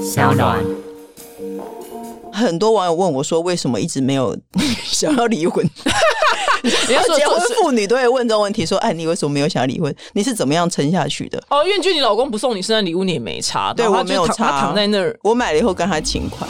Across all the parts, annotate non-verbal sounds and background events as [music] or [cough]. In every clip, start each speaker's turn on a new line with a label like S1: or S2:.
S1: 小暖。
S2: 很多网友问我说，为什么一直没有 [laughs] 想要离 [laughs] 婚？[laughs]
S3: 你要说
S2: 结婚
S3: 做事
S2: 妇女都会问这种问题，说：“哎，你为什么没有想要离婚？你是怎么样撑下去的
S3: 哦，因为就你老公不送你圣诞礼物，你也没差，
S2: 对
S3: 然后他
S2: 我
S3: 就
S2: 没有
S3: 躺
S2: 差
S3: 他躺在那儿？”。
S2: 我买了以后跟他请款，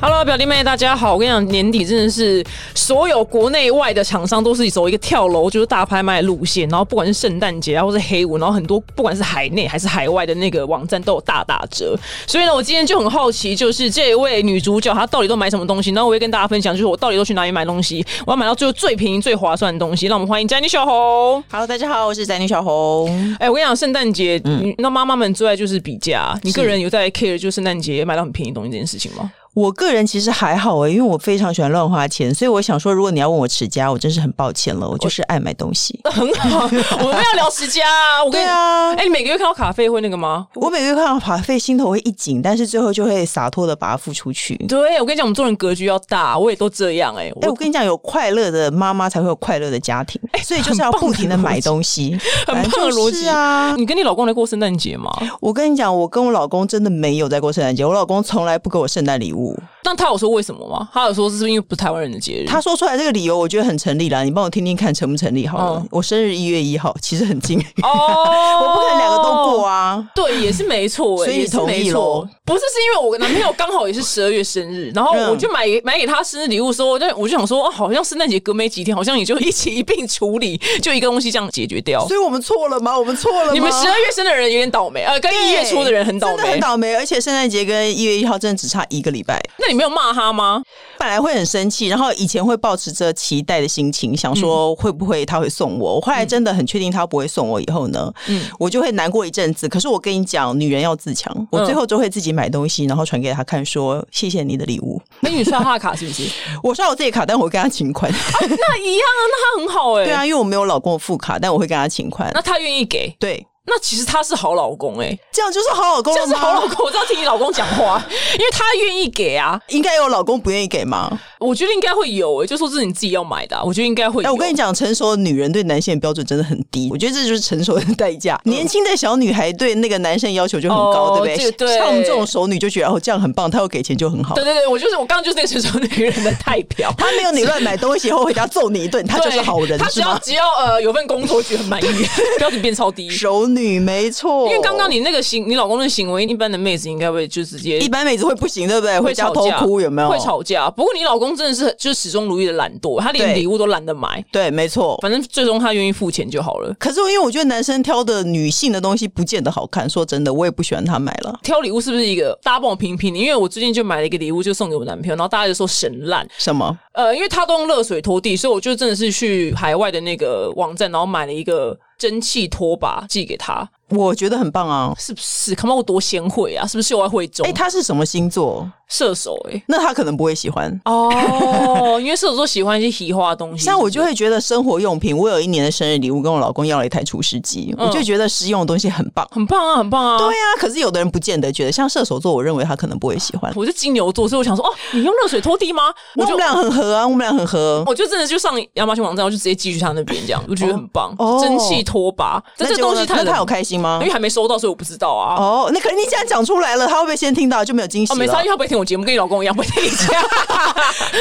S3: Hello，表弟妹，大家好！我跟你讲，年底真的是所有国内外的厂商都是走一个跳楼就是大拍卖路线，然后不管是圣诞节啊，或是黑五，然后很多不管是海内还是海外的那个网站都有大打折。所以呢，我今天就很好奇，就是这位女主角她到底都买什么东西？然后我会跟大家分享，就是我到底都去哪里买东西，我要买到最后最便宜、最划算的东西。让我们欢迎詹妮小红。
S2: Hello，大家好，我是宅女小红。
S3: 哎、我跟你讲，圣诞节，你那妈妈们最爱就是比价。啊你
S2: 嗯
S3: 个
S2: 是
S3: 人有在 care 就圣诞节买到很便宜的东西这件事情吗？ [laughs]
S2: 我个人其实还好欸诶、因为我非常喜欢乱花钱，所以我想说，如果你要问我持家，我真是很抱歉了，我就是爱买东西。
S3: 很好，我们要聊十家啊！我
S2: [laughs]
S3: 跟
S2: 对
S3: 你，哎、
S2: 啊，
S3: 你每个月看到卡费会那个吗？
S2: 我每个月看到卡费，心头会一紧，但是最后就会洒脱的把它付出去。
S3: 对，我跟你讲，我们做人格局要大，我也都这样哎、
S2: 哎、
S3: 我
S2: 我跟你讲，有快乐的妈妈才会有快乐的家庭，
S3: 哎
S2: 所以就是要不停的买东西，
S3: 很
S2: 反正
S3: 棒的
S2: 就
S3: 逻
S2: 是
S3: 辑
S2: 啊。
S3: 你跟你老公来过圣诞节吗？
S2: 我跟你讲，我跟我老公真的没有在过圣诞节，我老公从来不给我圣诞礼物。
S3: 但他有说为什么吗？他有说是因为不是台湾人的节日。
S2: 他说出来这个理由，我觉得很成立啦，你帮我听听看成不成立好了。
S3: 嗯
S2: 我生日一月一号，其实很近，
S3: 哦，
S2: [laughs] 我不可能两个都过。啊。
S3: 对，也是没错、欸，
S2: 所以你
S3: 也是
S2: 同
S3: 没
S2: 意
S3: 错
S2: 咯。
S3: 不是，是因为我男朋友刚好也是十二月生
S2: [laughs]
S3: 日，然后
S2: 嗯
S3: 我就买买给他生日礼物的时候，我就我就想说，啊、好像圣诞节隔没几天，好像也就一起一并处理，就一个东西这样解决掉。
S2: 所以我们错了吗？我们错了吗？
S3: 哦你们十二月生的人有点倒霉，呃，跟一月初的人很倒
S2: 真的
S3: 霉
S2: 很。倒霉，而且圣诞节跟一月一号真的只差一个礼拜。
S3: 那你没有骂他吗？
S2: 本来会很生气，然后以前会抱持着期待的心情，想
S3: 嗯
S2: 说会不会他会送我。我后来真的很确定他不会送我，以后呢，
S3: 嗯
S2: 我就会难过一阵子。可是我跟你讲，女人要自强，我最后就会自己买东西，然后传给他看，说谢谢你的礼物。
S3: 那你刷他的卡是
S2: [laughs]
S3: 不是？
S2: 我刷我自己卡，但我会跟他请
S3: [laughs]
S2: 款。
S3: 那一样啊，那他很好哎、
S2: 对啊，因为我没有老公的副卡，但我会跟他请款
S3: 那。他愿意给，
S2: 对，
S3: 那其实他是好老公哎、
S2: 这样就是好老公
S3: 这
S2: 了
S3: 样是
S2: 吗？
S3: 好老公，我知道听你老公讲话，因为他愿意给啊。
S2: 应该有老公不愿意给吗？
S3: 我觉得应该会有哎、就说是你自己要买的啊、我觉得应该会
S2: 哎、
S3: 有。
S2: 我跟你讲，成熟的女人对男性的标准真的很低，我觉得这就是成熟的代价。年轻的小女孩对那个男生要求就很高，
S3: 嗯哦
S2: 对不
S3: 这
S2: 对？
S3: 个对
S2: 像我们这种熟女就觉得哦，这样很棒，他要给钱就很好
S3: 对。对对，我就是我刚刚就是那个成熟女人的代表。
S2: 他没有你乱买东西以后回家揍你一顿， [laughs] 他就是好人
S3: 对，他只
S2: 是
S3: 要
S2: 吗？
S3: 只要呃有份工作，我觉得
S2: [laughs]
S3: 很满意，标准变超低。
S2: 熟女没错，
S3: 因为刚刚你那个行，你老公的行为，一般的妹子应该会就直接
S2: 一般妹子会不行，对不对？
S3: 会
S2: 回家
S3: 吵
S2: 偷
S3: 架，
S2: 哭有没有？
S3: 会。吵架。不过你老公真的是就是始终如一的懒惰，他连
S2: 对
S3: 礼物都懒得买，
S2: 对，没错。
S3: 反正最终他愿意付钱就好了。
S2: 可是因为我觉得男生挑的女性的东西不见得好看，说真的，我也不喜欢他买了。
S3: 挑礼物是不是一个？大家帮我评评，因为我最近就买了一个礼物，就送给我男朋友，然后大家就说神烂，
S2: 什么？
S3: 呃，因为他都用热水拖地，所以我就真的是去海外的那个网站，然后买了一个蒸汽拖把寄给他，
S2: 我觉得很棒啊！
S3: 是不是？看到我多贤惠啊，是不是秀外慧中？
S2: 哎、他是什么星座？
S3: 射手哎、
S2: 那他可能不会喜欢。
S3: [laughs] 哦，因为射手座喜欢一些喜化的东西，
S2: 像我就会
S3: 是
S2: 觉得生活用品，我有一年的生日礼物跟我老公要了一台除湿机，
S3: 嗯
S2: 我就觉得实用的东西很棒。
S3: 不是很棒啊，很棒啊，
S2: 对呀、可是有的人不见得觉得，像射手座，我认为他可能不会喜欢。
S3: 我是金牛座，所以我想说，哦，你用热水拖地吗？
S2: 那我
S3: 我哦
S2: 们
S3: 就
S2: 俩很合啊，我们俩很合，
S3: 我就真的就上亚马逊网站，我就直接寄去他那边，这样我觉得很棒。
S2: 哦
S3: 蒸汽拖把，但
S2: 那
S3: 这
S2: 结果
S3: 东
S2: 呢
S3: 西太
S2: 那
S3: 冷
S2: 他有开心吗
S3: 因为？还没收到，所以我不知道啊。
S2: 哦，那可是你既然讲出来了，他会不会先听到就没有惊喜
S3: 哦，没
S2: 了？
S3: 事，因为他不会听我节目，跟你老公一样不会听你
S2: [laughs]
S3: 讲。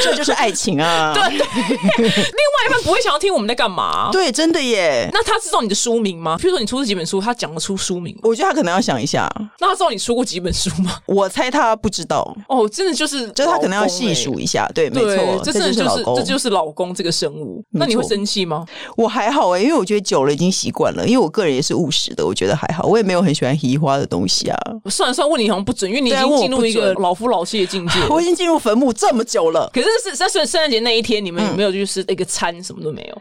S2: 这就是爱情啊！
S3: [laughs] 对对，另外一半不会想要听我们在干嘛。
S2: 对，真的耶。
S3: 那他知道你的书名吗？譬如说你出这几本书，他讲得出书名吗？
S2: 我觉得他可能要想一下，
S3: 那他知道你出过几本书吗？ [laughs]
S2: 我猜他不知道，
S3: 哦，真的就是，
S2: 就他可能要细数。一下。对，没
S3: 欸对
S2: 错，，
S3: 这真的
S2: 就是
S3: 就
S2: 老
S3: 是
S2: 公。
S3: 这就是老公这个生物。那你会
S2: 没错
S3: 生气吗？
S2: 我还好哎、因为我觉得久了已经习惯了，因为我个人也是务实的，我觉得还好，我也没有很喜欢移花的东西啊。
S3: 我算了算，问你好像不准，因为你已
S2: 对啊
S3: 经
S2: 问我
S3: 进入
S2: 不
S3: 一个
S2: 准
S3: 老夫老妻的境
S2: [laughs]
S3: 界了。
S2: 我已经进入坟墓这么久了，
S3: 可是是在圣圣诞节那一天，你们有
S2: 嗯
S3: 没有就是一个餐什么都没有？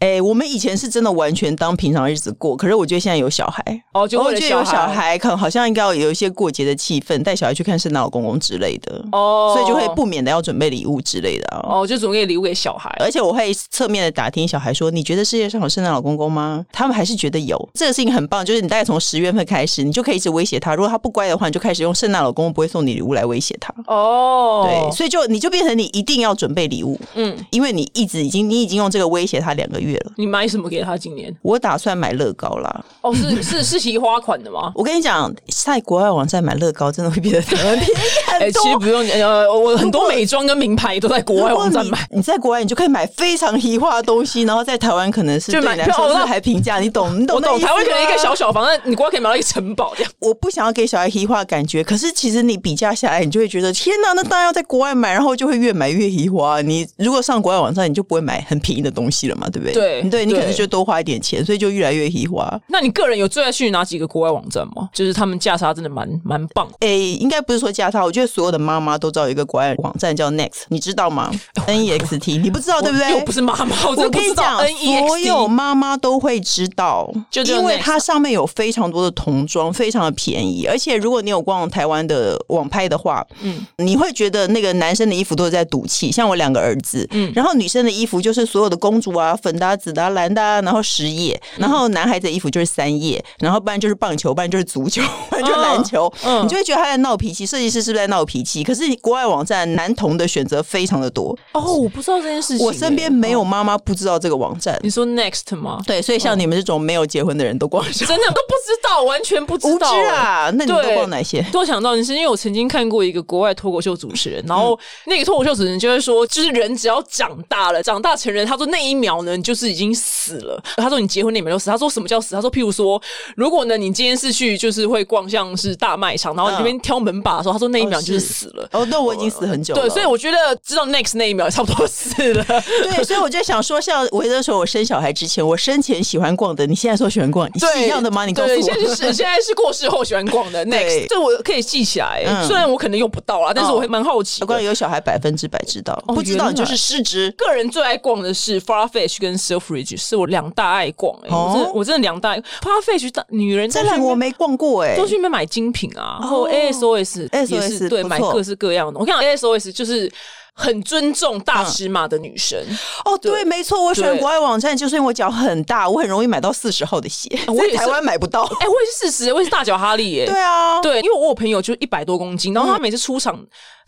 S2: 哎、我们以前是真的完全当平常日子过，可是我觉得现在有小孩，
S3: 哦，就
S2: 我
S3: 为了
S2: 觉得有小
S3: 小孩。
S2: 孩，可能好像应该要有一些过节的气氛，带小孩去看圣诞老公公之类的，
S3: 哦
S2: 所以就会不免的要准备礼物之类的啊。
S3: 哦，就准备礼物给小孩。
S2: 而且我会侧面的打听小孩说：“你觉得世界上有圣诞老公公吗？”他们还是觉得有。这个事情很棒，就是你大概从十月份开始，你就可以一直威胁他，如果他不乖的话，你就开始用圣诞老公公不会送你礼物来威胁他。
S3: 哦
S2: 对，，所以就你就变成你一定要准备礼物，
S3: 嗯，
S2: 因为你一直已经你已经用这个威胁他两个月了。
S3: 你买什么给他？今年
S2: 我打算买乐高啦。
S3: 哦，是是是提花款的吗？
S2: 我跟你讲，在国外网站买乐高真的会比在台湾便宜
S3: [laughs] 哎、
S2: 很多。
S3: 其实不用，呃，我很多美妆跟名牌都在国外网站
S2: [laughs]
S3: 买。
S2: 你，你在国外你就可以买非常宜化的东西，然后在台湾可能是对
S3: 就
S2: 你
S3: 买
S2: 来说
S3: 哦
S2: 是
S3: 那
S2: 还平价，你懂？你懂
S3: 我
S2: 那
S3: 懂，
S2: 意思啊
S3: 台湾可能一个
S2: 吗
S3: 小小房，但你国外可以买到一个城堡
S2: [laughs]
S3: 这样。
S2: 我不想要给小孩黑化的感觉，可是其实你比价下来，你就会觉得天哪，那当然要在国外买，然后就会越买越黑化。你如果上国外网站，你就不会买很便宜的东西了嘛，对不对？
S3: 对
S2: 对你
S3: 对
S2: 可能就多花一点钱，所以就越来越黑化。
S3: 那你个人有最爱去哪几个国外网站吗？就是他们价差真的蛮蛮棒。
S2: 诶，应该不是说加他，我觉得所有的妈妈都知道有一个国外网站叫 Next，你知道 [laughs] 吗？N E X T，你不知道对不对？
S3: 又不是妈妈，我真的
S2: 我
S3: 哦不
S2: 跟你
S3: 知
S2: 讲
S3: 道。N E，
S2: 所
S3: X
S2: 有
S3: T
S2: 妈妈都会知道，
S3: 就只有
S2: 因为
S3: Next
S2: 它上面有非常多的童装，非常的便宜，而且如果你有逛台湾的网拍的话，嗯，你会觉得那个男生的衣服都是在赌气，像我两个儿子，嗯，然后女生的衣服就是所有的公主啊、粉的啊、紫的啊、蓝的啊，然后十叶，
S3: 嗯
S2: 然后男孩子的衣服就是三叶，然后不然就是棒球，不然就是足
S3: [laughs]
S2: 球，不然就是篮球，
S3: 嗯
S2: 你就会觉得他在闹脾气，设计师是不是在闹脾气？可是你国外网站男童的选择非常的多，
S3: 哦，我不知道这件事情欸。
S2: 我身边没有妈妈不知道这个网站。
S3: 你说 Next 吗？
S2: 对，所以像你们这种没有结婚的人都逛什么？
S3: 真的都不知道，完全不知
S2: 无知
S3: 道欸
S2: 啊！那你们都
S3: 对
S2: 逛哪些？
S3: 都想到你是因为我曾经看过一个国外脱口秀主持人，然后那个脱口秀主持人就会说，就是人只要长大了，长大成人，他说那一秒呢，你就是已经死了。他说你结婚那一秒就死。他说什么叫死？他说譬如说，如果呢你今天是去就是会逛像是大卖场，然后你这边挑门把的时候，他说那一秒就是死了。
S2: 哦，那我已经死很久了。
S3: 对，所以我觉得知道 next 那一秒差不多死了。
S2: 对， [laughs] 所以我就想说，像我那时候我生小孩之前，我生前喜欢逛的，你现在说喜欢逛，是一样的吗？你告诉
S3: [laughs]
S2: [laughs]
S3: 对现在
S2: 我。
S3: 是现在是过世后喜欢逛的 next，这我可以记起来、
S2: 嗯
S3: 虽然我可能用不到啦，但是我会蛮好奇的。
S2: 关于有小孩，百分之百知道，
S3: 哦
S2: 不知道你就
S3: 原
S2: 是
S3: 来
S2: 失职。
S3: 个人最爱逛的是 Farfetch 跟 Selfridge，是我两大爱逛、欸。
S2: 哦
S3: 我真的我真的两大爱 Farfetch，大女人
S2: 这两个我没逛过哎
S3: 都。去那边买精品啊，然后
S2: 哦
S3: ASOS 也
S2: ASOS
S3: 是对
S2: 不
S3: 买
S2: 错
S3: 各式各样的。我跟你讲 ASOS 就是很尊重大尺码的女生，
S2: 哦，对，没错，我选
S3: 对
S2: 国外网站就是因为我脚很大，我很容易买到四十号的 [laughs] 鞋，
S3: 我也
S2: 在台
S3: 是
S2: 湾买不到。
S3: 哎、我也是四十，我也是大脚哈利耶、
S2: [laughs] 对啊，
S3: 对，因为我有朋友就一百多公斤，然后他每次出场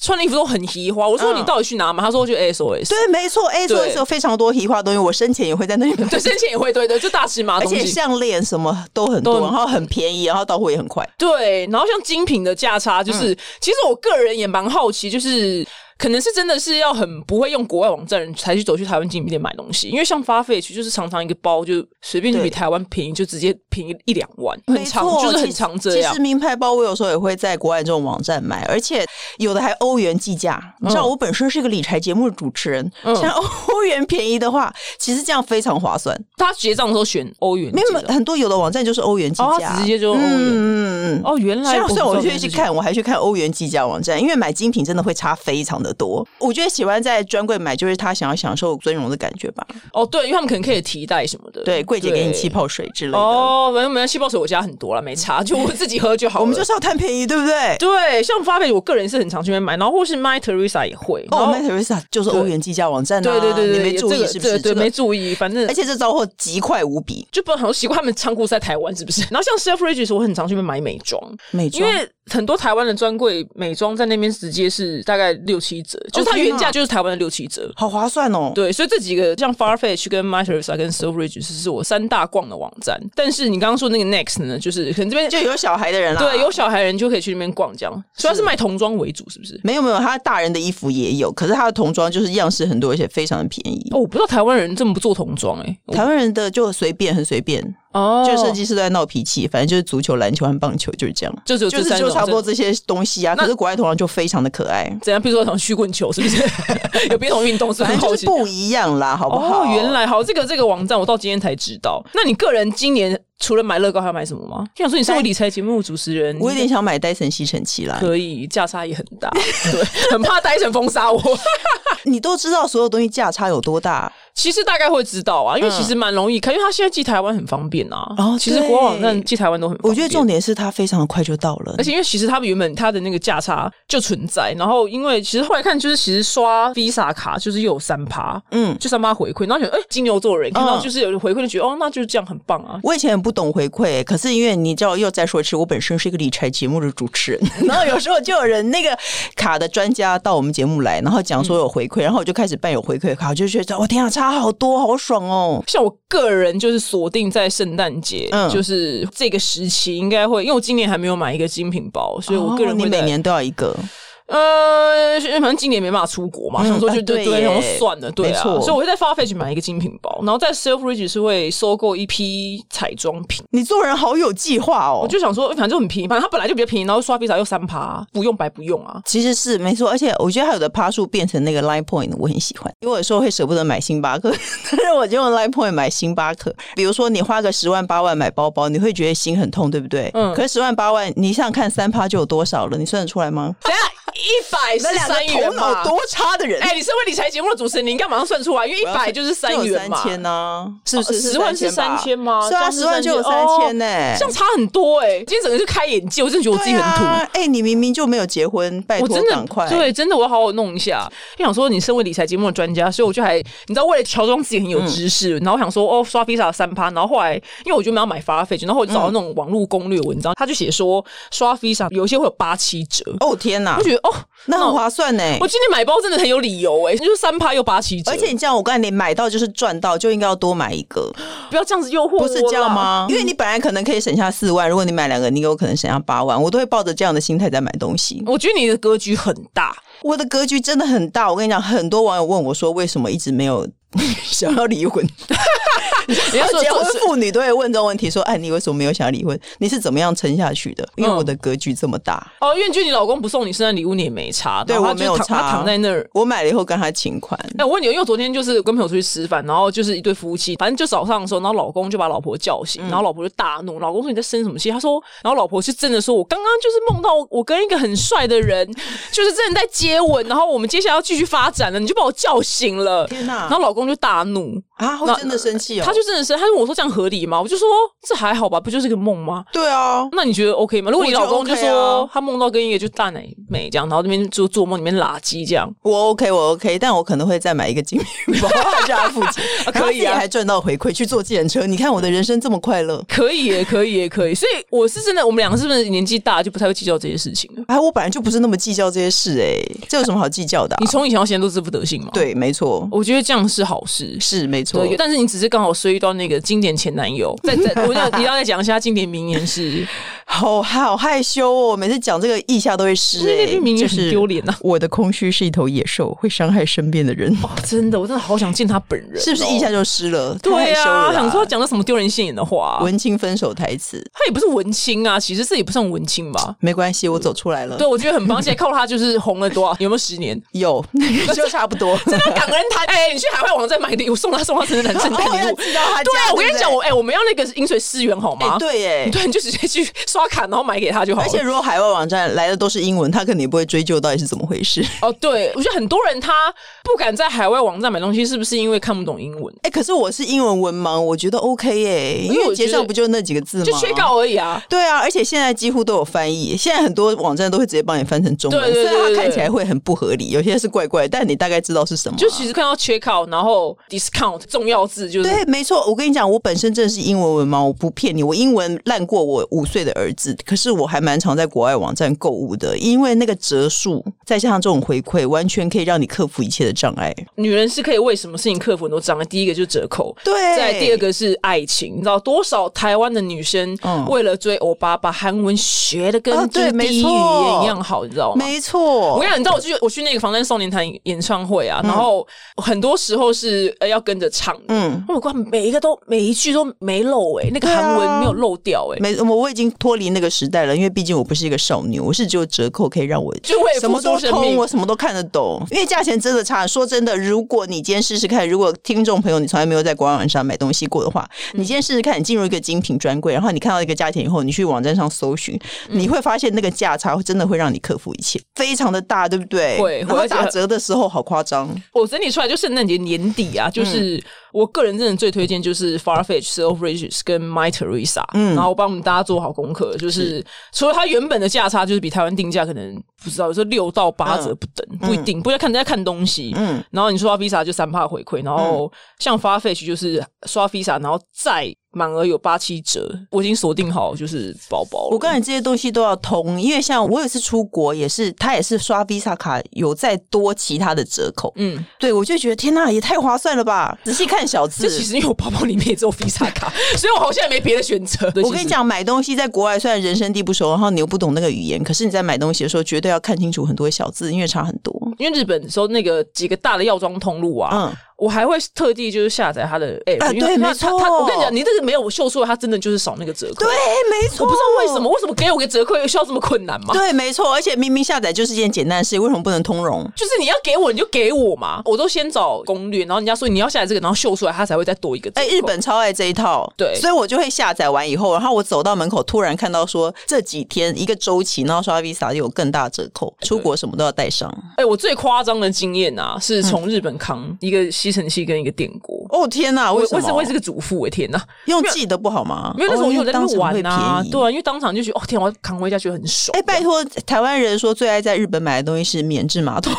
S3: 穿的衣服都很奇花。我说
S2: 嗯
S3: 你到底去哪嘛？他说就 ASOS。
S2: 对，没错，A 哎座
S3: 对
S2: 有非常多提化的东西，我生前也会在那里买。
S3: 对，生前也会对对，就大尺码
S2: 而
S3: 的啊东西。
S2: 且项链什么都很多，
S3: 都很
S2: 然后很便宜，然后到货也很快。
S3: 对，然后像精品的价差，
S2: 嗯
S3: 就是、其实我个人也蛮好奇，就是可能是真的是要很不会用国外网站的人才去走去台湾精品店买东西，因为像发费去就是常常一个包就随便就
S2: 对
S3: 比台湾便宜，就直接便宜一两万，很常
S2: 没错
S3: 就是很
S2: 其实
S3: 常这样
S2: 其实。名牌包我有时候也会在国外这种网站买，而且有的还欧元计价。你知
S3: 嗯
S2: 道，我本身是一个理财节目的主持人，像欧元便宜的话，其实这样非常划算。
S3: 他结账的时候选欧元，
S2: 没
S3: 你
S2: 有
S3: 记
S2: 没
S3: 得
S2: 有很多有的网站就是欧元计
S3: 哦，
S2: 价，
S3: 他直接就欧元。
S2: 嗯嗯嗯。
S3: 哦，原来
S2: 虽然虽然我
S3: 不
S2: 去去
S3: 知道这件事情，
S2: 看，我还去看欧元计价网站，因为买精品真的会差非常的多。我觉得喜欢在专柜买，就是他想要享受尊荣的感觉吧。
S3: 哦，对，因为他们可能可以提袋什么的，
S2: 对，柜姐给你
S3: 对
S2: 气。泡水之类的。嗯
S3: 哦，反正没有气泡水，我家很多了，没差，就我自己喝就好了。
S2: [laughs] 我们就是要贪便宜，对不对？
S3: 对，像发费，我个人是很常去那边买，然后或是 My Teresa 也会。然
S2: 哦
S3: 后
S2: m a t e r e s a 就是欧元计价网站、啊，
S3: 对对对对，
S2: 你没
S3: 也
S2: 注
S3: 这
S2: 意
S3: 个
S2: 是不是？
S3: 对对，
S2: 这个哎
S3: 没注意，反正
S2: 而。且这招货极快无比，
S3: 就不好像习惯他们仓库是在台湾，是
S2: [laughs]
S3: 不是？然后像 Selfridges，我很常去那边买美妆，
S2: 美
S3: 因为很多台湾的专柜美妆在那边直接是大概六七折，就是它
S2: 哦天啊
S3: 原价
S2: 哪
S3: 就是台湾的六七折。
S2: 好划算哦。
S3: 对，所以这几个像 Farfetch 跟 m y t e r e s a 跟 Selfridges 是我三大逛的网站。但是你刚刚说那个 Next 呢，就是可能这边
S2: 就有小孩的人啦、
S3: 对有小孩的人就可以去那边逛，这样主要是卖童装为主，是不是？
S2: 没有没有，他大人的衣服也有，可是他的童装就是样式很多，而且非常的便宜。
S3: 哦，我不知道台湾人这么不做童装哎、
S2: 台湾人的就随便，很随便，
S3: 哦
S2: 就设计师都在闹脾气，反正就是足球、篮球和棒球就是这样，
S3: 就只有
S2: 就
S3: 这
S2: 是
S3: 三种，
S2: 就差不多
S3: 真的。
S2: 这些东西啊。可是国外童装就非常的可爱，
S3: 怎样？比如说像曲棍球，是
S2: [laughs]
S3: 不是有别种运动？是不是
S2: 反
S3: 很
S2: 正
S3: 好
S2: 就是
S3: 奇？啊
S2: 不一样啦，好不好？
S3: 哦，原来好，这个这个网站我到今天才知道。那你个人今年除了买乐高，还要买什么吗？就想说你身为理财节目主持人，
S2: 我有点
S3: 你
S2: 想买戴森吸尘器啦，
S3: 可以价差也很大，对，很怕戴成封杀我。 [laughs]
S2: 你都知道所有东西价差有多大，
S3: 其实大概会知道啊，因为
S2: 嗯
S3: 其实蛮容易看，因为它现在寄台湾很方便啊。
S2: 哦
S3: 其实
S2: 对
S3: 国外网站寄台湾都很方便。
S2: 我觉得重点是它非常快就到了
S3: 而。且因为其实他们原本它的那个价差就存在，然后因为其实后来看就是其实刷 Visa 卡就是又有三趴，
S2: 嗯，
S3: 就三趴回馈，然后觉得哎、金牛座人看到就是有回馈就觉得、哦那就是这样很棒啊，
S2: 我以前很不懂回馈，可是因为你知道，又再说一次，我本身是一个理财节目的主持
S3: [laughs]
S2: 人，然后有时候就有人那个卡的专家到我们节目来，然后讲说有回
S3: 嗯
S2: 馈，然后我就开始办有回馈卡，我就觉得哇天啊，差好多，好爽哦！
S3: 像我个人就是锁定在圣诞节，
S2: 嗯
S3: 就是这个时期应该会，因为我今年还没有买一个精品包，所以我个人
S2: 哦你
S3: 会在、
S2: 每年都要一个，
S3: 呃，因为反正今年没办法出国嘛，
S2: 嗯
S3: 想说就
S2: 啊对
S3: 对对，
S2: 耶
S3: 然后算了，对啊，
S2: 没错
S3: 所以我会在 Farfetch 买一个精品包，然后在 Selfridge 是会收购一批彩妆品。
S2: 你做人好有计划哦。
S3: 我就想说，反正就很便宜，反正它本来就比较便宜，然后刷 Visa 又三趴，不用白不用啊。
S2: 其实是没错，而且我觉得它有的趴数变成那个 Line Point，我很喜欢，因为我有时候会舍不得买星巴克， [laughs] 但是我就用 Line Point 买星巴克。比如说你花个十万八万买包包，你会觉得心很痛，对不对？
S3: 嗯
S2: 可是十万八万，你想想看，三趴就有多少了？你算得出来吗？
S3: 等下一百
S2: 那
S3: 是
S2: 两个
S3: 三
S2: 头
S3: 元
S2: 脑
S3: 嘛？
S2: 多差的人，
S3: 哎、你身为理财节目的主持人，你应该马上算出来，因为一百就是三
S2: 就有
S3: 元
S2: 三
S3: 嘛。
S2: 千呢、是不是？
S3: 哦十万是
S2: 吧
S3: 三千吗
S2: 是
S3: 这
S2: 啊，
S3: 样是
S2: 十万就有
S3: 三
S2: 三
S3: 千
S2: 千呢、
S3: 这样差很多哎、今天整个就开眼界，我真的觉得我自己很土。
S2: 对啊哎、你明明就没有结婚，拜
S3: 我
S2: 托
S3: 真的
S2: 赶快。
S3: 对，真的我要好好弄一下。因为想说，你身为理财节目的专家，所以我就还你知道，为了乔装自己很有知识，
S2: 嗯
S3: 然后想说哦，刷 Visa 三趴，然后后来因为我就没有买发费，然后我就
S2: 嗯
S3: 找到那种网络攻略文章，他就写说刷 Visa 有一些会有八七折，
S2: 哦天哪
S3: 我，觉得哦，
S2: 那很划算呢、
S3: 我今天买包真的很有理由哎、就是三趴又八七折，
S2: 而且你这样，我告诉你，买到就是赚到，就应该要多买一个，
S3: 不要这样子诱惑哦我
S2: 不是这样吗
S3: 啦？
S2: 因为你本来可能可以省下四万，如果你买两个，你有可能省下八万。我都会抱着这样的心态在买东西。
S3: 我觉得你的格局很大，
S2: 我的格局真的很大，我跟你讲，很多网友问我说，为什么一直没
S3: [laughs]
S2: 有想要离婚？
S3: 你要
S2: [laughs]
S3: 说
S2: 结婚
S3: 做事
S2: 妇女都会问这种问题，说：“哎，你为什么没有想要离婚？你是怎么样撑下去的？因
S3: 嗯
S2: 为我的格局这么大，
S3: 哦，因为觉得你老公不送你圣诞礼物，你也没差，
S2: 对
S3: 然后他
S2: 我没有
S3: 就躺他
S2: 差
S3: 躺在那儿。
S2: 我买了以后跟他请款。
S3: 哎、我问你，因为我昨天就是跟朋友出去吃饭，然后就是一对夫妻，反正就早上的时候，然后老公就把老婆叫
S2: 嗯
S3: 醒，然后老婆就大怒，老公说你在生什么气？他说，然后老婆是真的说，我刚刚就是梦到我跟一个很帅的人，就是真的在接吻，然后我们接下来要继续发展了，你就把我叫醒了，
S2: 天哪
S3: 然后老公就大怒，
S2: 啊，会
S3: 那
S2: 真的生气哦？
S3: 他就真的是，他就问我说这样合理吗？我就说哦这还好吧，不就是个梦吗？
S2: 对啊，
S3: 那你觉得 OK 吗？如果你
S2: 我觉
S3: 老
S2: 得
S3: 公就
S2: OK 啊
S3: 说他梦到跟一个就大奶妹这样，然后那边就做梦里面拉鸡这样，
S2: 我 OK，我 OK，但我可能会再买一个精品包，
S3: [laughs]
S2: 还是他付钱，然后
S3: 可
S2: 自
S3: 以啊
S2: 己还赚到回馈去坐计程车。你看我的人生这么快乐。”
S3: 可以耶，可以耶，可以。所以我是真的，我们两个是不是年纪大就不太会计较这些事情了？
S2: 哎，我本来就不是那么计较这些事、哎，这有什么好计较的啊、
S3: 你从以前到现在都是不德性吗？，
S2: 对，没错，
S3: 我觉得这样是好事。
S2: 是没错。
S3: 对，但是你只是刚好衰遇到那个经典前男 [laughs] 友。再再，我要你要再讲一下经典名言 [laughs] 是，
S2: 好好害羞哦，每次讲这个意下都会湿、
S3: 对对
S2: 哎，
S3: 对明明
S2: 就
S3: 很
S2: 是
S3: 丢脸啊
S2: 我的空虚是一头野兽，会伤害身边的人。
S3: [laughs] 真的，我真的好想见他本人哦，
S2: 是不是一下就湿了？太
S3: 对
S2: 害羞了
S3: 啊，
S2: 啦
S3: 想说讲了什么丢人现眼的话、啊
S2: 文青分手台词，
S3: 他也不是文青啊，其实这也不算文青吧。
S2: 没关系，我走出来了。
S3: 对，我觉得很棒，现在靠他就是红了多少？ [laughs] 有没有十年？
S2: 有就差不多。
S3: 真的感恩
S2: [laughs]
S3: 他。哎、你去海外网站买礼物，送他送他生日男圣诞
S2: 哦我
S3: 礼
S2: 要
S3: 物。
S2: 寄到他家
S3: 对啊，我
S2: 对
S3: 跟
S2: 不
S3: 你讲，
S2: 对
S3: 我哎、我们要那个饮水思源好吗？
S2: 哎，对耶。
S3: 对，你就直接去刷卡，然后买给他就好了。
S2: 而且如果海外网站来的都是英文，他肯定不会追究到底是怎么回事。
S3: 哦，对，我觉得很多人他不敢在海外网站买东西，是不是因为看不懂英文？
S2: [laughs] 哎，可是我是英文文盲，我觉得 OK 耶，因
S3: 为我
S2: 为
S3: 觉得
S2: 结账不就那几个字吗？
S3: 就缺。稿而已啊。
S2: 对啊，而且现在几乎都有翻译，现在很多网站都会直接帮你翻成中文，
S3: 对对对
S2: 虽然
S3: 对
S2: 它看
S3: 对
S2: 起来会很不合理，有些是怪怪，但你大概知道是什么啊、
S3: 就其实看到缺考，然后 discount 重要字就是
S2: 对，没错，我跟你讲，我本身真的是英文文盲，我不骗你，我英文烂过我五岁的儿子。可是我还蛮常在国外网站购物的，因为那个折数再加上这种回馈，完全可以让你克服一切的障碍。
S3: 女人是可以为什么事情克服很多障碍。第一个就是折扣，
S2: 对
S3: 再来第二个是爱情。你知道多少台湾的女生
S2: 嗯
S3: 为了追欧巴，把韩文学的跟
S2: 哦
S3: 就是
S2: 对没
S3: 第一语
S2: 错
S3: 言一样好，你知道吗？
S2: 没
S3: 我
S2: 错
S3: 跟，你讲，你知道我去我去那个防弹少年团演唱会啊，然后很多时候是呃要跟着场的，
S2: 嗯，
S3: 我管每一个都每一句都没漏哎、那个
S2: 对啊
S3: 韩文没有漏掉哎、
S2: 没，我我已经脱离那个时代了，因为毕竟我不是一个少女，我是只有折扣可以让我
S3: 就为
S2: 什么都
S3: 付出生命
S2: 通，我什么都看得懂。因为价钱真的差，说真的，如果你今天试试看，如果听众朋友你从来没有在官网上买东西过的话，
S3: 嗯
S2: 你今天试试看，你进入一个精品专柜，然后你看到一个价钱以后，你去网站上搜寻，你
S3: 嗯
S2: 会发现那个价差真的会让你克服一切，非常的大，对不对？
S3: 会会
S2: 然后
S3: 而且
S2: 打折的时候好夸张，
S3: 我整理出来就圣诞节年底啊，就是、
S2: 嗯
S3: 我个人真的最推荐就是 Farfetch、Self Riches 跟 My Teresa，嗯，然后我帮我们大家做好功课，就是除了它原本的价差，就是比台湾定价可能不知道，有时候六到八折不等，不一定，不要看人家看东西，嗯
S2: 嗯，
S3: 然后你刷 Visa 就三趴回馈，然后像 Farfetch 就是刷 Visa，然后再满额有八七折，我已经锁定好就是包包了。
S2: 我告诉你，这些东西都要通，因为像我有一次出国，也是他也是刷 Visa 卡，有再多其他的折扣。
S3: 嗯
S2: 嗯，对，我就觉得天呐，也太划算了吧！仔细看小字
S3: 这，其实因为我包包里面也只有 Visa 卡， [laughs] 所以我好像也没别的选择。
S2: 我跟你讲，买东西在国外虽然人生地不熟，然后你又不懂那个语言，可是你在买东西的时候，绝对要看清楚很多小字，因为差很多。
S3: 因为日本收那个几个大的药妆通路啊，
S2: 嗯
S3: 我还会特地就是下载它的 app，、
S2: 啊
S3: 因为
S2: 对
S3: 它
S2: 没错
S3: 它它我跟你讲，你这个没有秀出来，它真的就是少那个折扣。
S2: 对，没错，
S3: 我不知道为什么，为什么给我个折扣需要这么困难吗？
S2: 对，没错，而且明明下载就是件简单的事，为什么不能通融？
S3: 就是你要给我，你就给我嘛。我都先找攻略，然后人家说你要下载这个，然后秀出来，它才会再多一个折
S2: 哎、
S3: 扣。
S2: 日本超爱这一套，
S3: 对
S2: 所以我就会下载完以后，然后我走到门口，突然看到说这几天一个周期，然后刷 Visa 有更大折扣，出国什么都要带上。
S3: 哎、我最夸张的经验啊，是从
S2: 嗯
S3: 日本扛一个吸尘器跟一个电锅。
S2: 哦天哪，
S3: 我
S2: 为什
S3: 我
S2: 么？
S3: 是我也是个主妇，哎天哪！
S2: 用寄的不好吗？哦
S3: 因为那时候我有在那
S2: 当
S3: 边
S2: 场会
S3: 玩啊
S2: 便，宜。
S3: 对啊，因为当场就觉得哦天啊，我要扛回家觉得很爽。
S2: 哎、拜托，台湾人说最爱在日本买的东西是免治马
S3: [laughs]
S2: 桶，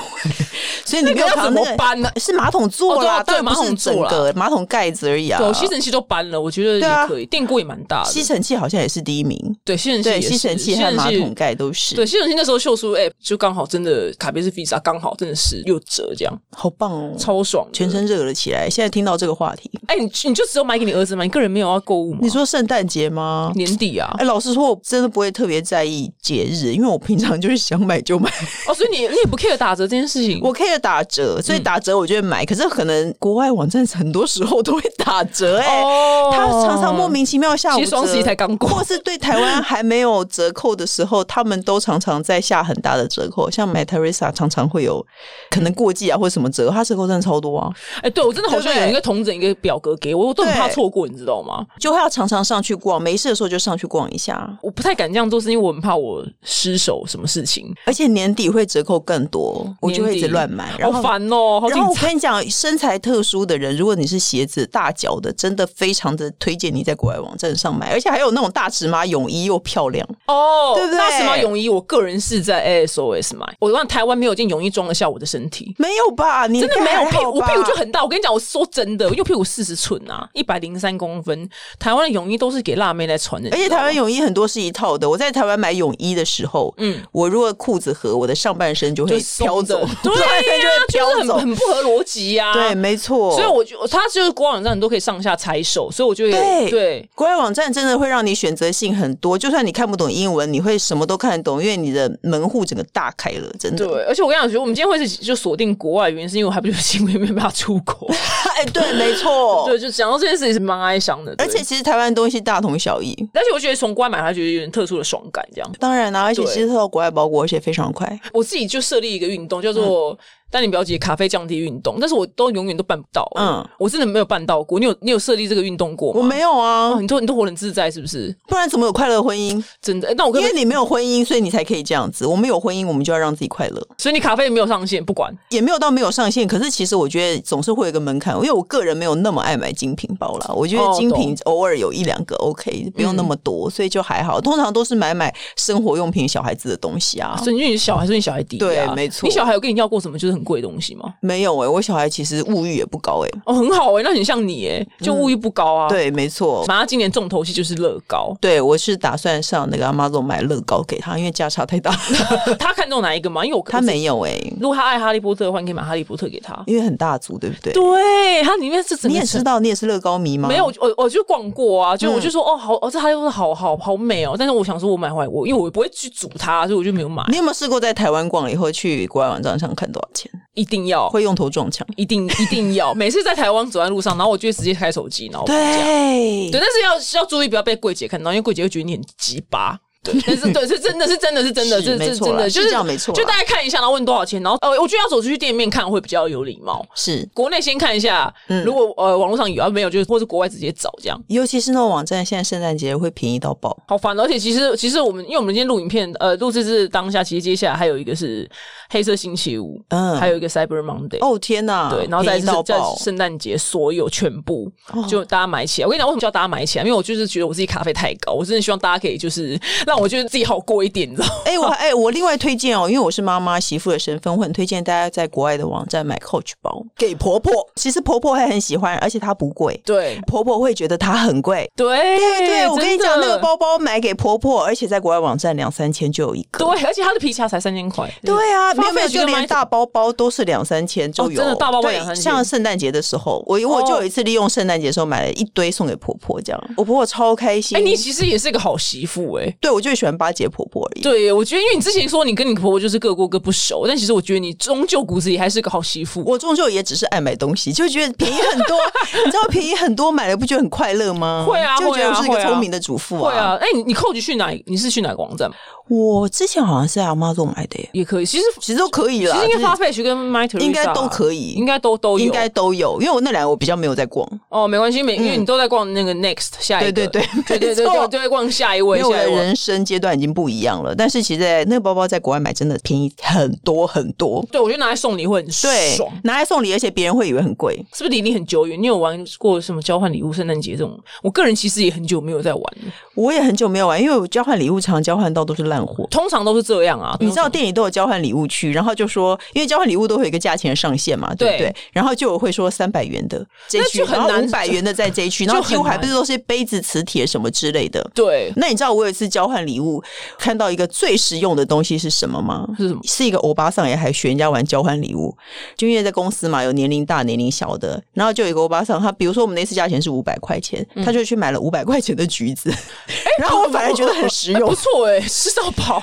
S2: 所以你没有扛那
S3: 那个要怎么搬呢
S2: 是马桶座啦，
S3: 哦对啊对
S2: 当然不是整
S3: 马桶
S2: 个马桶盖子而已啊。
S3: 对，吸尘器都搬了，我觉得
S2: 对
S3: 也
S2: 啊
S3: 可以。电锅也蛮大的，
S2: 吸尘器好像也是第一名，
S3: 对吸尘器
S2: 对，
S3: 也是
S2: 吸尘器和马桶。盖都是，
S3: 对，吸尘器那时候秀出 app 就刚好真的卡片是 Visa，刚好真的是六折这样，
S2: 好棒哦，
S3: 超爽的。
S2: 全身热了起来。现在听到这个话题，
S3: 哎、你你就只有买给你儿子吗？你个人没有要购物吗？
S2: 你说圣诞节吗？
S3: 年底啊
S2: 哎、？老实说，我真的不会特别在意节日，因为我平常就是想买就买。
S3: 哦，所以你你也不 care 打折这件事情？
S2: 我 care 打折，所以打折我就会买。可是可能国外网站很多时候都会打折、哎、
S3: 哦
S2: 他常常莫名其妙下五
S3: 其实双十一
S2: 折
S3: 才刚过
S2: 或是对台湾还没有折扣的时候，他们都常常在下很大的折扣。像买 Teresa 常常会有可能过季啊，或者什么折，它折扣真的超多啊，
S3: 哎、对我真的好像
S2: 对不
S3: 有
S2: 对
S3: 一个同整一个表格给我，我都很怕
S2: 对
S3: 错过，你知道吗？
S2: 就会要常常上去逛。没事的时候就上去逛一下，
S3: 我不太敢这样做，是因为我很怕我失手什么事情，
S2: 而且年底会折扣更多，我就会一直
S3: 年底
S2: 乱买，然
S3: 好
S2: 后。
S3: 烦哦、好紧
S2: 然后我
S3: 张。
S2: 跟你讲，身材特殊的人，如果你是鞋子大脚的，真的非常的推荐你在国外网站上买，而且还有那种大尺码泳衣又漂亮。
S3: 哦，
S2: 对不对
S3: 那什么泳衣，我个人是在 ASOS 买。我让台湾没有一件泳衣装得下我的身体，
S2: 没有吧？你
S3: 真的没有
S2: 还
S3: 屁
S2: 好
S3: 股，我
S2: 吧
S3: 屁股就很大。我跟你讲，我说真的，因为屁股四十寸啊，一百零三公分。台湾的泳衣都是给辣妹来穿的，
S2: 而且
S3: 你知道
S2: 台
S3: 吗
S2: 湾泳衣很多是一套的。我在台湾买泳衣的时候，
S3: 嗯
S2: 嗯，我如果裤子合，我的上半身就
S3: 就
S2: 会
S3: 松
S2: 飘走
S3: 的，对
S2: [laughs] 上半身就
S3: 呀、
S2: 会
S3: 就是
S2: 飘
S3: 很
S2: 走。
S3: 很不合逻辑呀、
S2: 对，。没错。
S3: 所以我就，他就是官网上你都可以上下拆手，所以我就也
S2: 对
S3: 对
S2: 国外网站真的会让你选择性很多，就算你看不懂英文，你会什么都看得懂，因为你的门户整个大开了，真的。
S3: 对，而且我跟你讲，觉得我们今天会是就锁定国外，原因是因为我还不就是因为没办法出国，
S2: [laughs] 哎，对，没错。
S3: 对，就讲到这件事情是蛮哀伤的，对
S2: 而且其实台湾东西大同小异。
S3: 而且我觉得从国外买，它觉得有点特殊的爽感，这样。
S2: 当然啊啦、而且
S3: 对
S2: 其实到国外包裹，而且非常快。
S3: 我自己就设立一个运动，叫
S2: 嗯
S3: 做“丹宁表姐咖啡降低运动”，但是我都永远都办不到。嗯
S2: 嗯，
S3: 我真的没有办到过。你有你有设立这个运动过吗？
S2: 我没有啊
S3: 哦，，你都你都活得很自在，是不是？
S2: 不然怎么有快乐的婚姻？
S3: 真的？诶那我跟
S2: 因为你没有婚姻，所以你才可以这样子。我们有婚姻，我们就要让自己快乐，
S3: 所以你咖啡没有上线，不管
S2: 也没有到没有上限。可是其实我觉得总是会有一个门槛，因为我个人没有那么爱买精品包啦。我觉
S3: 哦嗯
S2: 得精品偶尔有一两个 OK，不用那么多，所以就还好。通常都是买买生活用品、小孩子的东西啊。
S3: 所以你小孩，所以你小孩低、啊，
S2: 对没错
S3: 你小孩有跟你要过什么就是很贵的东西吗？
S2: 没有诶、欸我小孩其实物欲也不高诶、欸
S3: 哦，很好诶、那很像你诶、哎就物欲不高啊。，
S2: 对，没错。
S3: 反正他今年重头戏就是乐
S2: [laughs]，
S3: 高
S2: 对，我是打算上那个 Amazon 买乐高给他，因为价差太大。
S3: [laughs] 他看中哪一个吗？因为我
S2: 他，没有诶、
S3: 如果他爱哈利波特的话，你可以买哈利波特给他。
S2: 因为很大组，对不对？
S3: 对，它里面是整
S2: 你
S3: 个
S2: 也
S3: 城
S2: 知道，你也是乐高迷吗？嗯
S3: 没有，，我我就逛过啊，就我就说、哦，好，哦，这哈利波特好好好美哦，但是我想说，我买回来我因为我不会去煮它，所以我就没有买。
S2: 你有没有试过在台湾逛了以后去国外网站上看多少钱？
S3: 一定要
S2: 会用头撞墙。
S3: 一定一定
S2: [laughs]
S3: 要，每次在台湾走在路上，然后我就会直接开手机，然后
S2: 对
S3: 对，但是要是要注意不要被柜姐看到，因为柜姐会觉得你很鸡巴。对，但是对是真的是真的是真的
S2: 是
S3: 是
S2: 没
S3: 是
S2: 错
S3: 真
S2: 啦
S3: 的，就是
S2: 是这样没错啦
S3: 就大家看一下，然后问多少钱，然后呃，我觉得要走出去店面看会比较有礼貌。
S2: 是，
S3: 国内先看一下，
S2: 嗯
S3: 如果呃网络上有啊没有，就是或是国外直接找这样。
S2: 尤其是那种网站，现在圣诞节会便宜到爆。
S3: 好烦，而且其实其实我们，因为我们今天录影片，呃，录制是当下，其实接下来还有一个是黑色星期五，
S2: 嗯
S3: 嗯，还有一个 Cyber Monday，、
S2: 哦天哪，
S3: 对，然后再
S2: 便宜到
S3: 是在
S2: 爆。哦
S3: 圣诞节所有全部就大家买起来。我跟你讲，为什么叫大家买起来？因为我就是觉得我自己卡费太高，我真的希望大家可以就是 [laughs] 让我觉得自己好过一点，你知道吗？ [laughs]
S2: 哎、我哎、我另外推荐哦，因为我是妈妈媳妇的身份，我很推荐大家在国外的网站买 Coach 包给婆婆。其实婆婆还很喜欢，而且它不贵，
S3: 对
S2: 婆婆会觉得它很贵。
S3: 对
S2: 对对，我跟你讲，那个。
S3: 哎真的
S2: 包包买给婆婆，而且在国外网站两三千就有一个。
S3: 对，而且它的皮夹才三千块。
S2: 对啊，没有没有，
S3: 花费
S2: 就
S3: 就
S2: 连
S3: 买
S2: 大包包都是两三千就
S3: 哦
S2: 有，
S3: 真的大包包
S2: 对
S3: 两三千哦
S2: 像圣诞节的时候，我我就有一次利用圣诞节的时候买了一堆送给婆婆，这样我婆婆超开心。
S3: 哎、你其实也是个好媳妇哎、
S2: 对我就喜欢巴结婆婆而已。
S3: 对，我觉得因为你之前说你跟你婆婆就是各过各不熟，但其实我觉得你终究骨子里还是个好媳妇。
S2: 我终究也只是爱买东西，就 [laughs] 觉得便宜很多， [laughs] 你知道便宜很多买了不觉得很快乐吗？
S3: 会啊
S2: 就觉得我是一个
S3: 会啊
S2: 聪明的主妇
S3: 会啊，哎、你你 coach 去哪？你是去哪个网站？
S2: 我之前好像是在阿妈做买的耶，
S3: 也可以，其实
S2: 其实都可以啦，
S3: 其实应该
S2: 啊就是
S3: Farfetch 跟 My Teresa 啊
S2: 应该都可以
S3: 应该都都有，
S2: 应该都有，因为我那两个我比较没有在逛，
S3: 哦，没关系，每因为你都在逛那个 Next 下一个，
S2: 对对对
S3: 哎对对
S2: 没
S3: 对
S2: 错
S3: 对，就会逛下一位，
S2: 因为我
S3: 下
S2: 的
S3: 一位。
S2: 人生阶段已经不一样了。但是其实在那个包包在国外买真的便宜很多很多，
S3: 对，我觉得拿来送礼会很爽，
S2: 对，拿来送礼，而且别人会以为很贵。
S3: 是不是离你很久远？你有玩过什么交换礼物、圣诞节这种？我个人其实也很久没有在玩了，
S2: 我也很久没有玩，因为我交换礼物常常交换到都是烂货。
S3: 通常都是这样啊。
S2: 你知道店里都有交换礼物区，然后就说，因为交换礼物都会有一个价钱上限嘛，对不对
S3: 对？
S2: 然后就有会说三百元的这一区，
S3: 那就很
S2: 然后
S3: 难
S2: 五百元的在这一区，
S3: [laughs] 就
S2: 然后
S3: 很
S2: 几乎还
S3: 难
S2: 不是都是杯子、磁铁什么之类的。
S3: 对，
S2: 那你知道我有一次交换礼物，看到一个最实用的东西是什么吗？
S3: 是什么
S2: 是一个欧巴桑也还学人家玩交换礼物，就因为在公司嘛，有年龄大、年龄小的，然后就有一个欧巴桑，他比如说我们那次价钱是五百块钱，他就去买了五百块钱的橘子， [laughs] 然后我反而觉得很实用
S3: 不。错哎、吃到饱，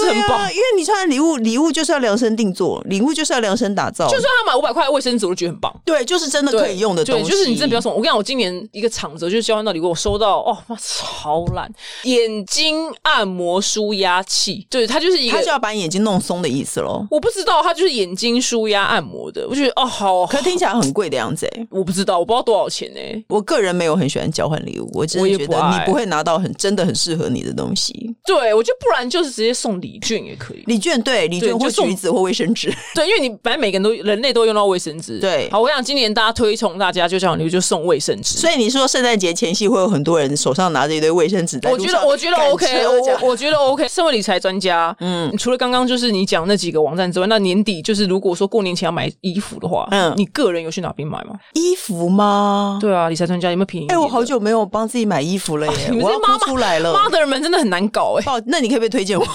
S2: [laughs] 对
S3: 很饱。
S2: [laughs] 啊，因为你穿礼物，礼物就是要量身定做，礼物就是要量身打造，
S3: 就算他买五百块的卫生纸，我就觉得很棒。
S2: 对，就是真的
S3: 对
S2: 可以用的东西。
S3: 对，就是你真的不要送我。我跟你讲，我今年一个场子就是交换到礼物，我收到哦，妈超烂，眼睛按摩舒压器，对，它就是一
S2: 他
S3: 个
S2: 就。要把眼睛弄松的意思 [laughs] 喽。
S3: 我不知道，它就是眼睛舒压按摩的，我觉得哦，好，
S2: 可听起来很贵的样子哎、
S3: 我不知道，我不知道多少钱呢、
S2: 我个人没有很喜欢交换礼物，我真
S3: 我
S2: 的
S3: 也
S2: 觉
S3: 不
S2: 得你
S3: 爱
S2: 不会拿到很真的很适合你的东西。
S3: 对，我觉得不然就是直接送礼券也可以。
S2: 礼券对，礼
S3: 对
S2: 券
S3: 就
S2: 或
S3: 送
S2: 橘子或卫生纸，
S3: 对，因为你反正每个人都人类都用到卫生纸。
S2: 对
S3: 好，我跟你讲，今年大家推崇大家就像礼物就送卫生纸。
S2: 所以你说圣诞节前夕会有很多人手上拿着一堆卫生纸在
S3: 我
S2: 路
S3: 觉
S2: 上
S3: 得，我觉得
S2: 赶
S3: OK，
S2: 车这样
S3: 我我觉得 OK。身为理财专家，嗯，除了刚刚就是你讲那几个网站之外，那年底就是如果说过年前要买衣服的话，
S2: 嗯
S3: 嗯，你个人有去哪边买吗？
S2: [laughs] 衣服吗？
S3: 对啊，理财专家有没有便宜一
S2: 哎、
S3: 点的？
S2: 我好久没有帮自己买衣服了耶，
S3: 你们
S2: 我要
S3: 这妈
S2: 哭出来了。
S3: 妈的人们真的很难搞
S2: [laughs]
S3: 哎、
S2: 哦，那你可不可以推荐我？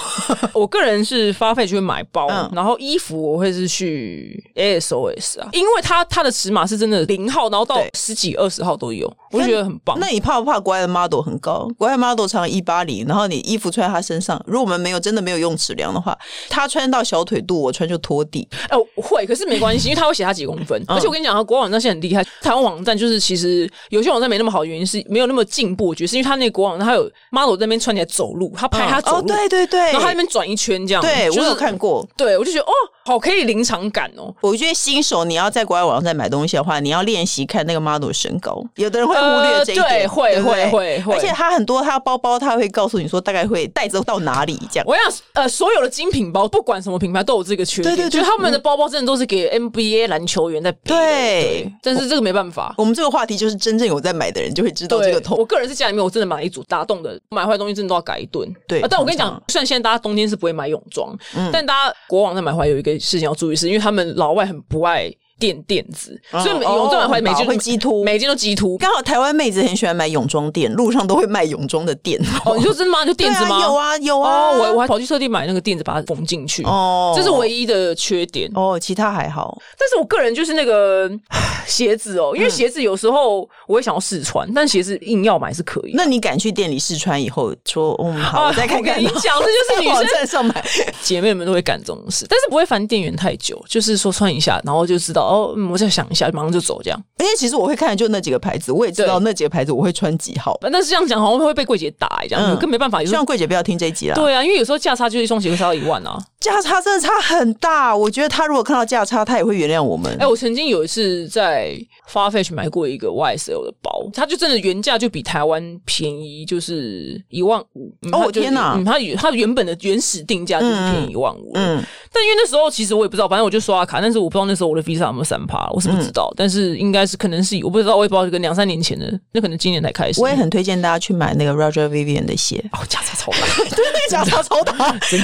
S3: 我个人是花费去买包，
S2: 嗯
S3: 然后衣服我会是去 ASOS 啊，因为它它的尺码是真的零号，然后到
S2: 对
S3: 十几二十号都有，我就觉得很棒。
S2: 那你怕不怕国外的 model 很高？国外 model 常一八零，然后你衣服穿在他身上，如果我们没有真的没有用尺量的话，他穿到小腿肚，我穿就拖地。
S3: 哎、我会，可是没关系，因为他会写他几公分。
S2: 嗯
S3: 而且我跟你讲，啊国外网站现在很厉害，台湾网站就是其实有些网站没那么好，原因是没有那么进步，我觉得是因为他那个国网站他有 model 在那边穿起来走路，他拍他走
S2: 哦，
S3: 路，
S2: 对对对，
S3: 然后他在那边转一圈这样，
S2: 对
S3: 就是
S2: 我有看过。
S3: 对我就觉得哦，好可以临场感哦。
S2: 我觉得新手你要在国外网站买东西的话，你要练习看那个 model 身高。有的人会忽略这一点，
S3: 呃对会
S2: 对不对
S3: 会会
S2: 而且他很多他包包他会告诉你说大概会带着到哪里这样。
S3: 我想，呃，所有的精品包，不管什么品牌，都有这个缺点。
S2: 对对对
S3: 就是他们的包包真的都是给 NBA 篮球员在比的。
S2: 对
S3: 但是这个没办法。
S2: 我们这个话题就是真正有在买的人就会知道这
S3: 对
S2: 个，痛。
S3: 我个人是家里面我真的买一组大洞的，买坏东西真的都要改一顿。
S2: 对嗯
S3: 啊但我跟你
S2: 通
S3: 讲，虽然现在大家冬天是不会买泳装，但大家国网在买回来有一个事情要注意是，因为他们老外很不爱。垫垫子，
S2: 哦
S3: 所以泳装也会每
S2: 哦
S3: 件
S2: 会鸡突
S3: 每件都鸡突。
S2: 刚好台湾妹子很喜欢买泳装店，路上都会卖泳装的店。
S3: 哦，你说真的吗？就垫子
S2: 对
S3: 吗？
S2: 啊有啊，有啊。
S3: 哦，我我还跑去特地买那个垫子把它缝进去。
S2: 哦
S3: 这是唯一的缺点，
S2: 哦，其他还好。
S3: 但是我个人就是那个鞋子哦，
S2: 嗯
S3: 因为鞋子有时候我会想要试穿，但鞋子硬要买是可以的。
S2: 那你敢去店里试穿以后说，嗯，好，
S3: 哦
S2: 我再看看。
S3: 我跟你讲这就是女生
S2: 网站上买。
S3: 姐妹们都会干这种事，但是不会烦店员太久，就是说穿一下，然后就知道哦，嗯我再想一下，马上就走这样。
S2: 因为其实我会看的就那几个牌子，我也知道那几个牌子我会穿几号。
S3: 但是这样讲好像会被柜姐打、欸，这样、
S2: 嗯
S3: 更没办法。有
S2: 希
S3: 时候
S2: 望柜姐不要听这一集啦。，
S3: 对啊，因为有时候价差就是一双鞋会差到一万啊。
S2: 价差真的差很大，我觉得他如果看到价差，他也会原谅我们
S3: 哎、。我曾经有一次在 Farfetch 买过一个 YSL 的包，它就真的原价就比台湾便宜，就是一万五。嗯
S2: 哦
S3: 它就
S2: 天哪
S3: 嗯，它它原本的原始定价就是便宜一万五。嗯
S2: 嗯，
S3: 但因为那时候其实我也不知道，反正我就刷卡，但是我不知道那时候我的 Visa 有没有三趴，我是不知道，但是应该是可能是我不知道，我也不知道这个两三年前的，那可能今年才开始。
S2: 我也很推荐大家去买那个 Roger Vivian 的鞋，
S3: 哦，价差超大，
S2: 对， [laughs] 价差超大，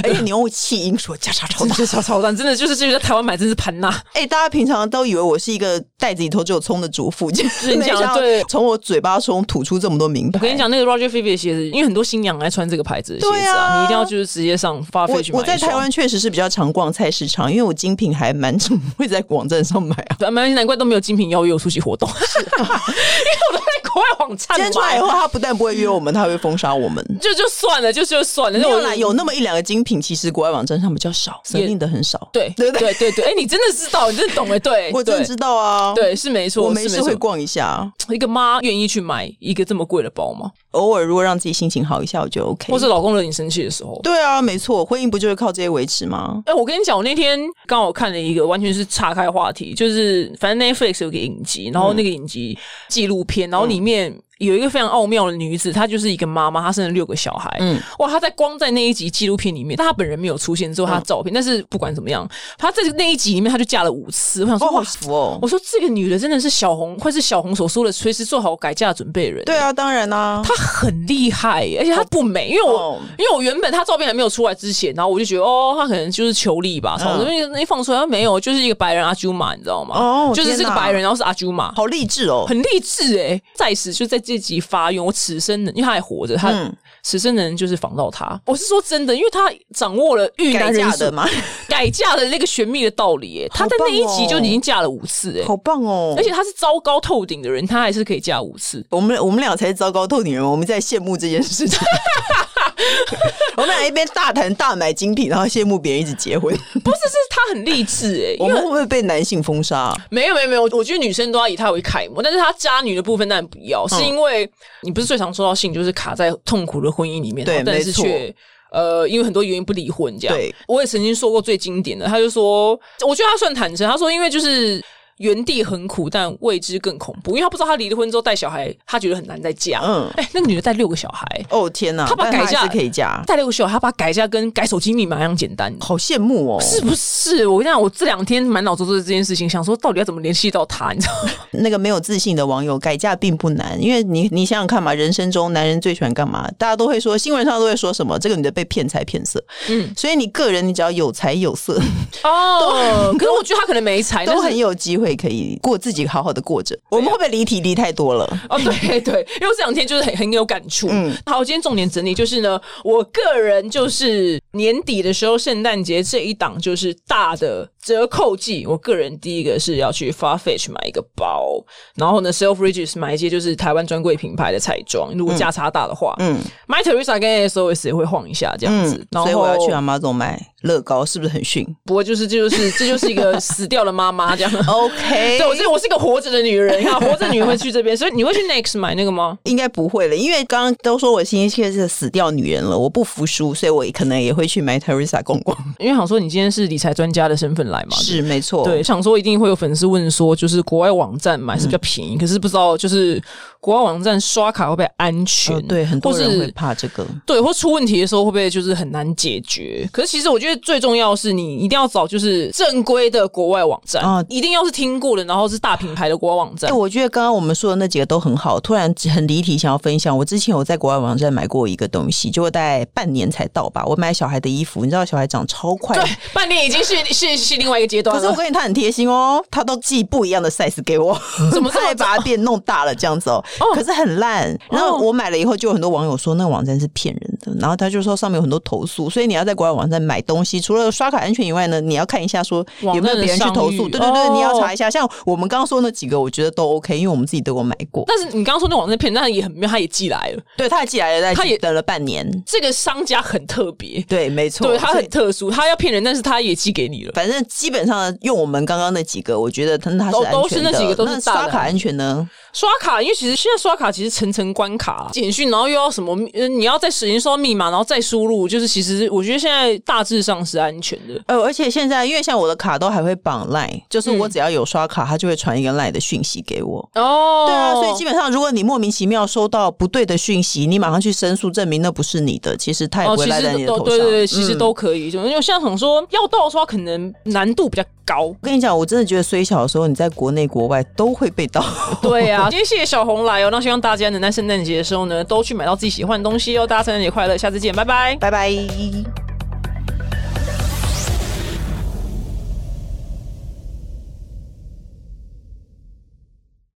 S2: 而且你用气音说价差超大。
S3: 价差超大，真的就是这个在台湾买真是盘呐、
S2: [laughs] 哎、大家平常都以为我是一个袋子里头只有葱的主妇，就是 [laughs]
S3: 你
S2: 没
S3: 讲得
S2: 想到
S3: 对
S2: 从我嘴巴中吐出这么多名牌。
S3: 我跟你，讲，那个 Roger Fee 的鞋子，因为很多新娘爱穿这个牌子的鞋
S2: 对
S3: 子啊，
S2: 啊
S3: 你一定要就是直接上 Farfetch 买一
S2: 我我
S3: 双。
S2: 在台湾确实是比较常逛菜市场，因为我精品还蛮 [laughs] 常会在网站上买啊。
S3: 对蛮难怪都没有精品邀约我出席活动，因为我都在国外网站
S2: 今
S3: 买
S2: 天出来以后，他不但不会约我们，他还会封杀我们。
S3: 就就算了，就就算了。
S2: 没
S3: 那
S2: 有
S3: 我
S2: 啦，有那么一两个精品，其实国外网站上比较少，神印的很少。
S3: 对
S2: 对
S3: 对
S2: 不
S3: 对对对，哎，你真的知道，你真的懂哎，对，
S2: [laughs] 我真的知道啊。
S3: 对，对是没错，
S2: 我没
S3: 是
S2: 事
S3: 错
S2: 会逛一下，
S3: 一个妈愿意去买一个这么贵的包吗？
S2: 偶尔如果让自己心情好一下，我就 OK。
S3: 或是老公惹你生气的时候？
S2: 对啊，没错，婚姻不就是靠这些维持吗？
S3: 哎、我跟你讲，我那天刚好看了一个，完全是岔开话题，就是反正 Netflix 有个影集，然后那个影集纪录
S2: 嗯
S3: 片，然后里面有一个非常奥妙的女子，她就是一个妈妈，她生了六个小孩，嗯，哇，她在光在那一集纪录片里面，但她本人没有出现，只有
S2: 嗯
S3: 她的照片，但是不管怎么样，她在那一集里面她就嫁了五次，我想说，
S2: 哦，好
S3: 哇，
S2: 服哦。
S3: 我说这个女的真的是小红，会是小红所说的随时做好改嫁的准备的人，
S2: 对啊，当然啦、
S3: 她很厉害耶，而且她不美，因为我、
S2: 哦
S3: 因为我原本她照片还没有出来之前，然后我就觉得哦，她可能就是求力
S2: 嗯
S3: 吧，什么的。因为一放出来，她没有，就是一个白人阿朱玛，你知道吗？
S2: 哦
S3: 就是这
S2: 天
S3: 个
S2: 哪
S3: 白人，然后是阿朱玛。
S2: 好励志哦。
S3: 很励志哎、在此就在这集发愿，我此生能，因为她还活着，她
S2: 嗯
S3: 此生能就是防到她。我是说真的，因为她掌握了遇
S2: 改
S3: 难
S2: 嫁
S3: 人
S2: 的
S3: 数
S2: 嘛，
S3: 改嫁的那个玄秘的道理、欸，她在那一集就已经嫁了五次哎、
S2: 哦好棒哦！
S3: 而且她是糟糕透顶的人，她还是可以嫁五次。
S2: 我们我们俩才是糟糕透顶人，我们在羡慕这件事
S3: [laughs]
S2: 情。我们俩一边大谈大买精品，然后羡慕别人一直结婚。
S3: 不是，是她很励志
S2: [laughs]
S3: 哎、
S2: 我们会不会被男性封杀、啊
S3: 没有没有没有，我觉得女生都要以她为楷模，但是她渣女的部分当然不
S2: 嗯
S3: 要，是因为你不是最常说到性，就是卡在痛苦的婚姻里面，
S2: 对
S3: 然后但
S2: 没
S3: 是
S2: 错
S3: 却。呃，因为很多原因不离婚，这样。
S2: 对，
S3: 我也曾经说过最经典的，他就说，我觉得他算坦诚，他说因为就是原地很苦，但未知更恐怖，因为他不知道他离了婚之后带小孩，他觉得很难再嫁。嗯
S2: 嗯，
S3: 哎、那个女的带六个小孩，
S2: 哦天哪！
S3: 他把
S2: 但
S3: 改嫁
S2: 还是可以嫁，
S3: 带六个小孩，她把改嫁跟改手机密码一样简单，
S2: 好羡慕哦。
S3: 是不是？我跟你讲，我这两天满脑子都是这件事情，想说到底要怎么联系到他，你知道吗？
S2: 那个没有自信的网友改嫁并不难，因为你你想想看嘛，人生中男人最喜欢干嘛？大家都会说，新闻上都会说什么这个女的被骗财骗色，嗯，所以你个人你只要有财有色，
S3: [laughs] 哦，可是我觉得他可能没才，
S2: 都
S3: 哎但
S2: 很
S3: 是。啊
S2: 有机会可以过自己好好的过着。我们会不会离题离太多了？
S3: 哦，对 [laughs] 对，因为我这两天就是很很有感触。嗯，好，今天重点整理就是呢，我个人就是年底的时候，圣诞节这一档就是大的折扣季。我个人第一个是要去 Farfetch 买一个包，然后呢，Self Regis 买一些就是台湾专柜品牌的彩妆，如果价差大的话，嗯，买 Teresa 跟 SOS 也会晃一下这样子。然
S2: 嗯
S3: 后
S2: 所以我要去啊阿妈总买乐高，是不是很
S3: [laughs]
S2: 逊
S3: 不过就是这就是这就是一个死掉的妈妈这样。
S2: ？OK，
S3: 对，我是我是个活着的女人，你看活着的女人会去这边，所以你会去 Next 买那个吗？
S2: 应该不会了，因为刚刚都说我心切是死掉女人了，我不服输，所以我可能也会去买 Teresa 逛逛。
S3: 因为想说你今天是理财专家的身份来嘛，
S2: 是没错，
S3: 对，想说一定会有粉丝问说，就是国外网站买是比较便宜，可是不知道就是国外网站刷卡会不会安全？
S2: 呃，对，很多
S3: 嗯或是
S2: 人会怕这个。
S3: 对，或出问题的时候会不会就是很难解决？可是其实我觉得得最重要的是你一定要找就是正规的国外网站，
S2: 啊
S3: 一定要是听过的，然后是大品牌的国外网站。
S2: 哎、我觉得刚刚我们说的那几个都很好，突然很离题，想要分享。我之前有在国外网站买过一个东西，结果大概半年才到吧。我买小孩的衣服，你知道小孩长超快的
S3: 对，半年已经是是是另外一个阶段
S2: 可是我
S3: 了。
S2: 跟你他很贴心哦，他都寄不一样的 size 给我，
S3: [laughs] 怎么这么哦
S2: 他还把它变弄大了这样子哦？可是很烂。然后我买了以后，就有很多网友说那个网站是骗人的，然后他就说上面有很多投诉，所以你要在国外网站买东西，除了刷卡安全以外呢，你要看一下说有没有别人去投诉。
S3: 网站的商誉
S2: 对对对，
S3: 哦
S2: 你要查一下。像我们刚刚说那几个，我觉得都 OK，因为我们自己都有买过。
S3: 但是你刚刚说那网站骗，但也很妙，他也寄来了。
S2: 对，他还寄来了，
S3: 他也
S2: 等了半年。
S3: 这个商家很特别，
S2: 对，没错，
S3: 对他
S2: 哦所以
S3: 很特殊，他要骗人，但是他也寄给你了。
S2: 反正基本上用我们刚刚那几个，我觉得它它是
S3: 都
S2: 安全的。
S3: 都是那几个都是
S2: 那
S3: 大的
S2: 刷卡安全呢？
S3: 刷卡，因为其实现在刷卡其实层层关卡、简讯，然后又要什么，呃你要再使用收到密码，然后再输入，就是其实我觉得现在大致上是安全的。
S2: 呃，而且现在因为像我的卡都还会绑 Line，就是
S3: 嗯
S2: 我只要有刷卡，它就会传一个 Line 的讯息给我。
S3: 哦，
S2: 对啊，所以基本上如果你莫名其妙收到不对的讯息，你马上去申诉，证明那不是你的，其实它也
S3: 哦，
S2: 不会
S3: 其
S2: 赖在你
S3: 实
S2: 的头
S3: 都
S2: 上。
S3: 对对对，其实
S2: 嗯。
S3: 都可以。就因为像想说要盗刷，可能难度比较高
S2: 我跟你讲，我真的觉得虽小的时候，你在国内国外都会被 [laughs] 盗。
S3: 对啊，今天 [laughs] 谢谢小红来哦，那希望大家能在圣诞节的时候呢，都去买到自己喜欢的东西哦。大家圣诞节快乐，下次见，拜拜。
S2: 拜拜。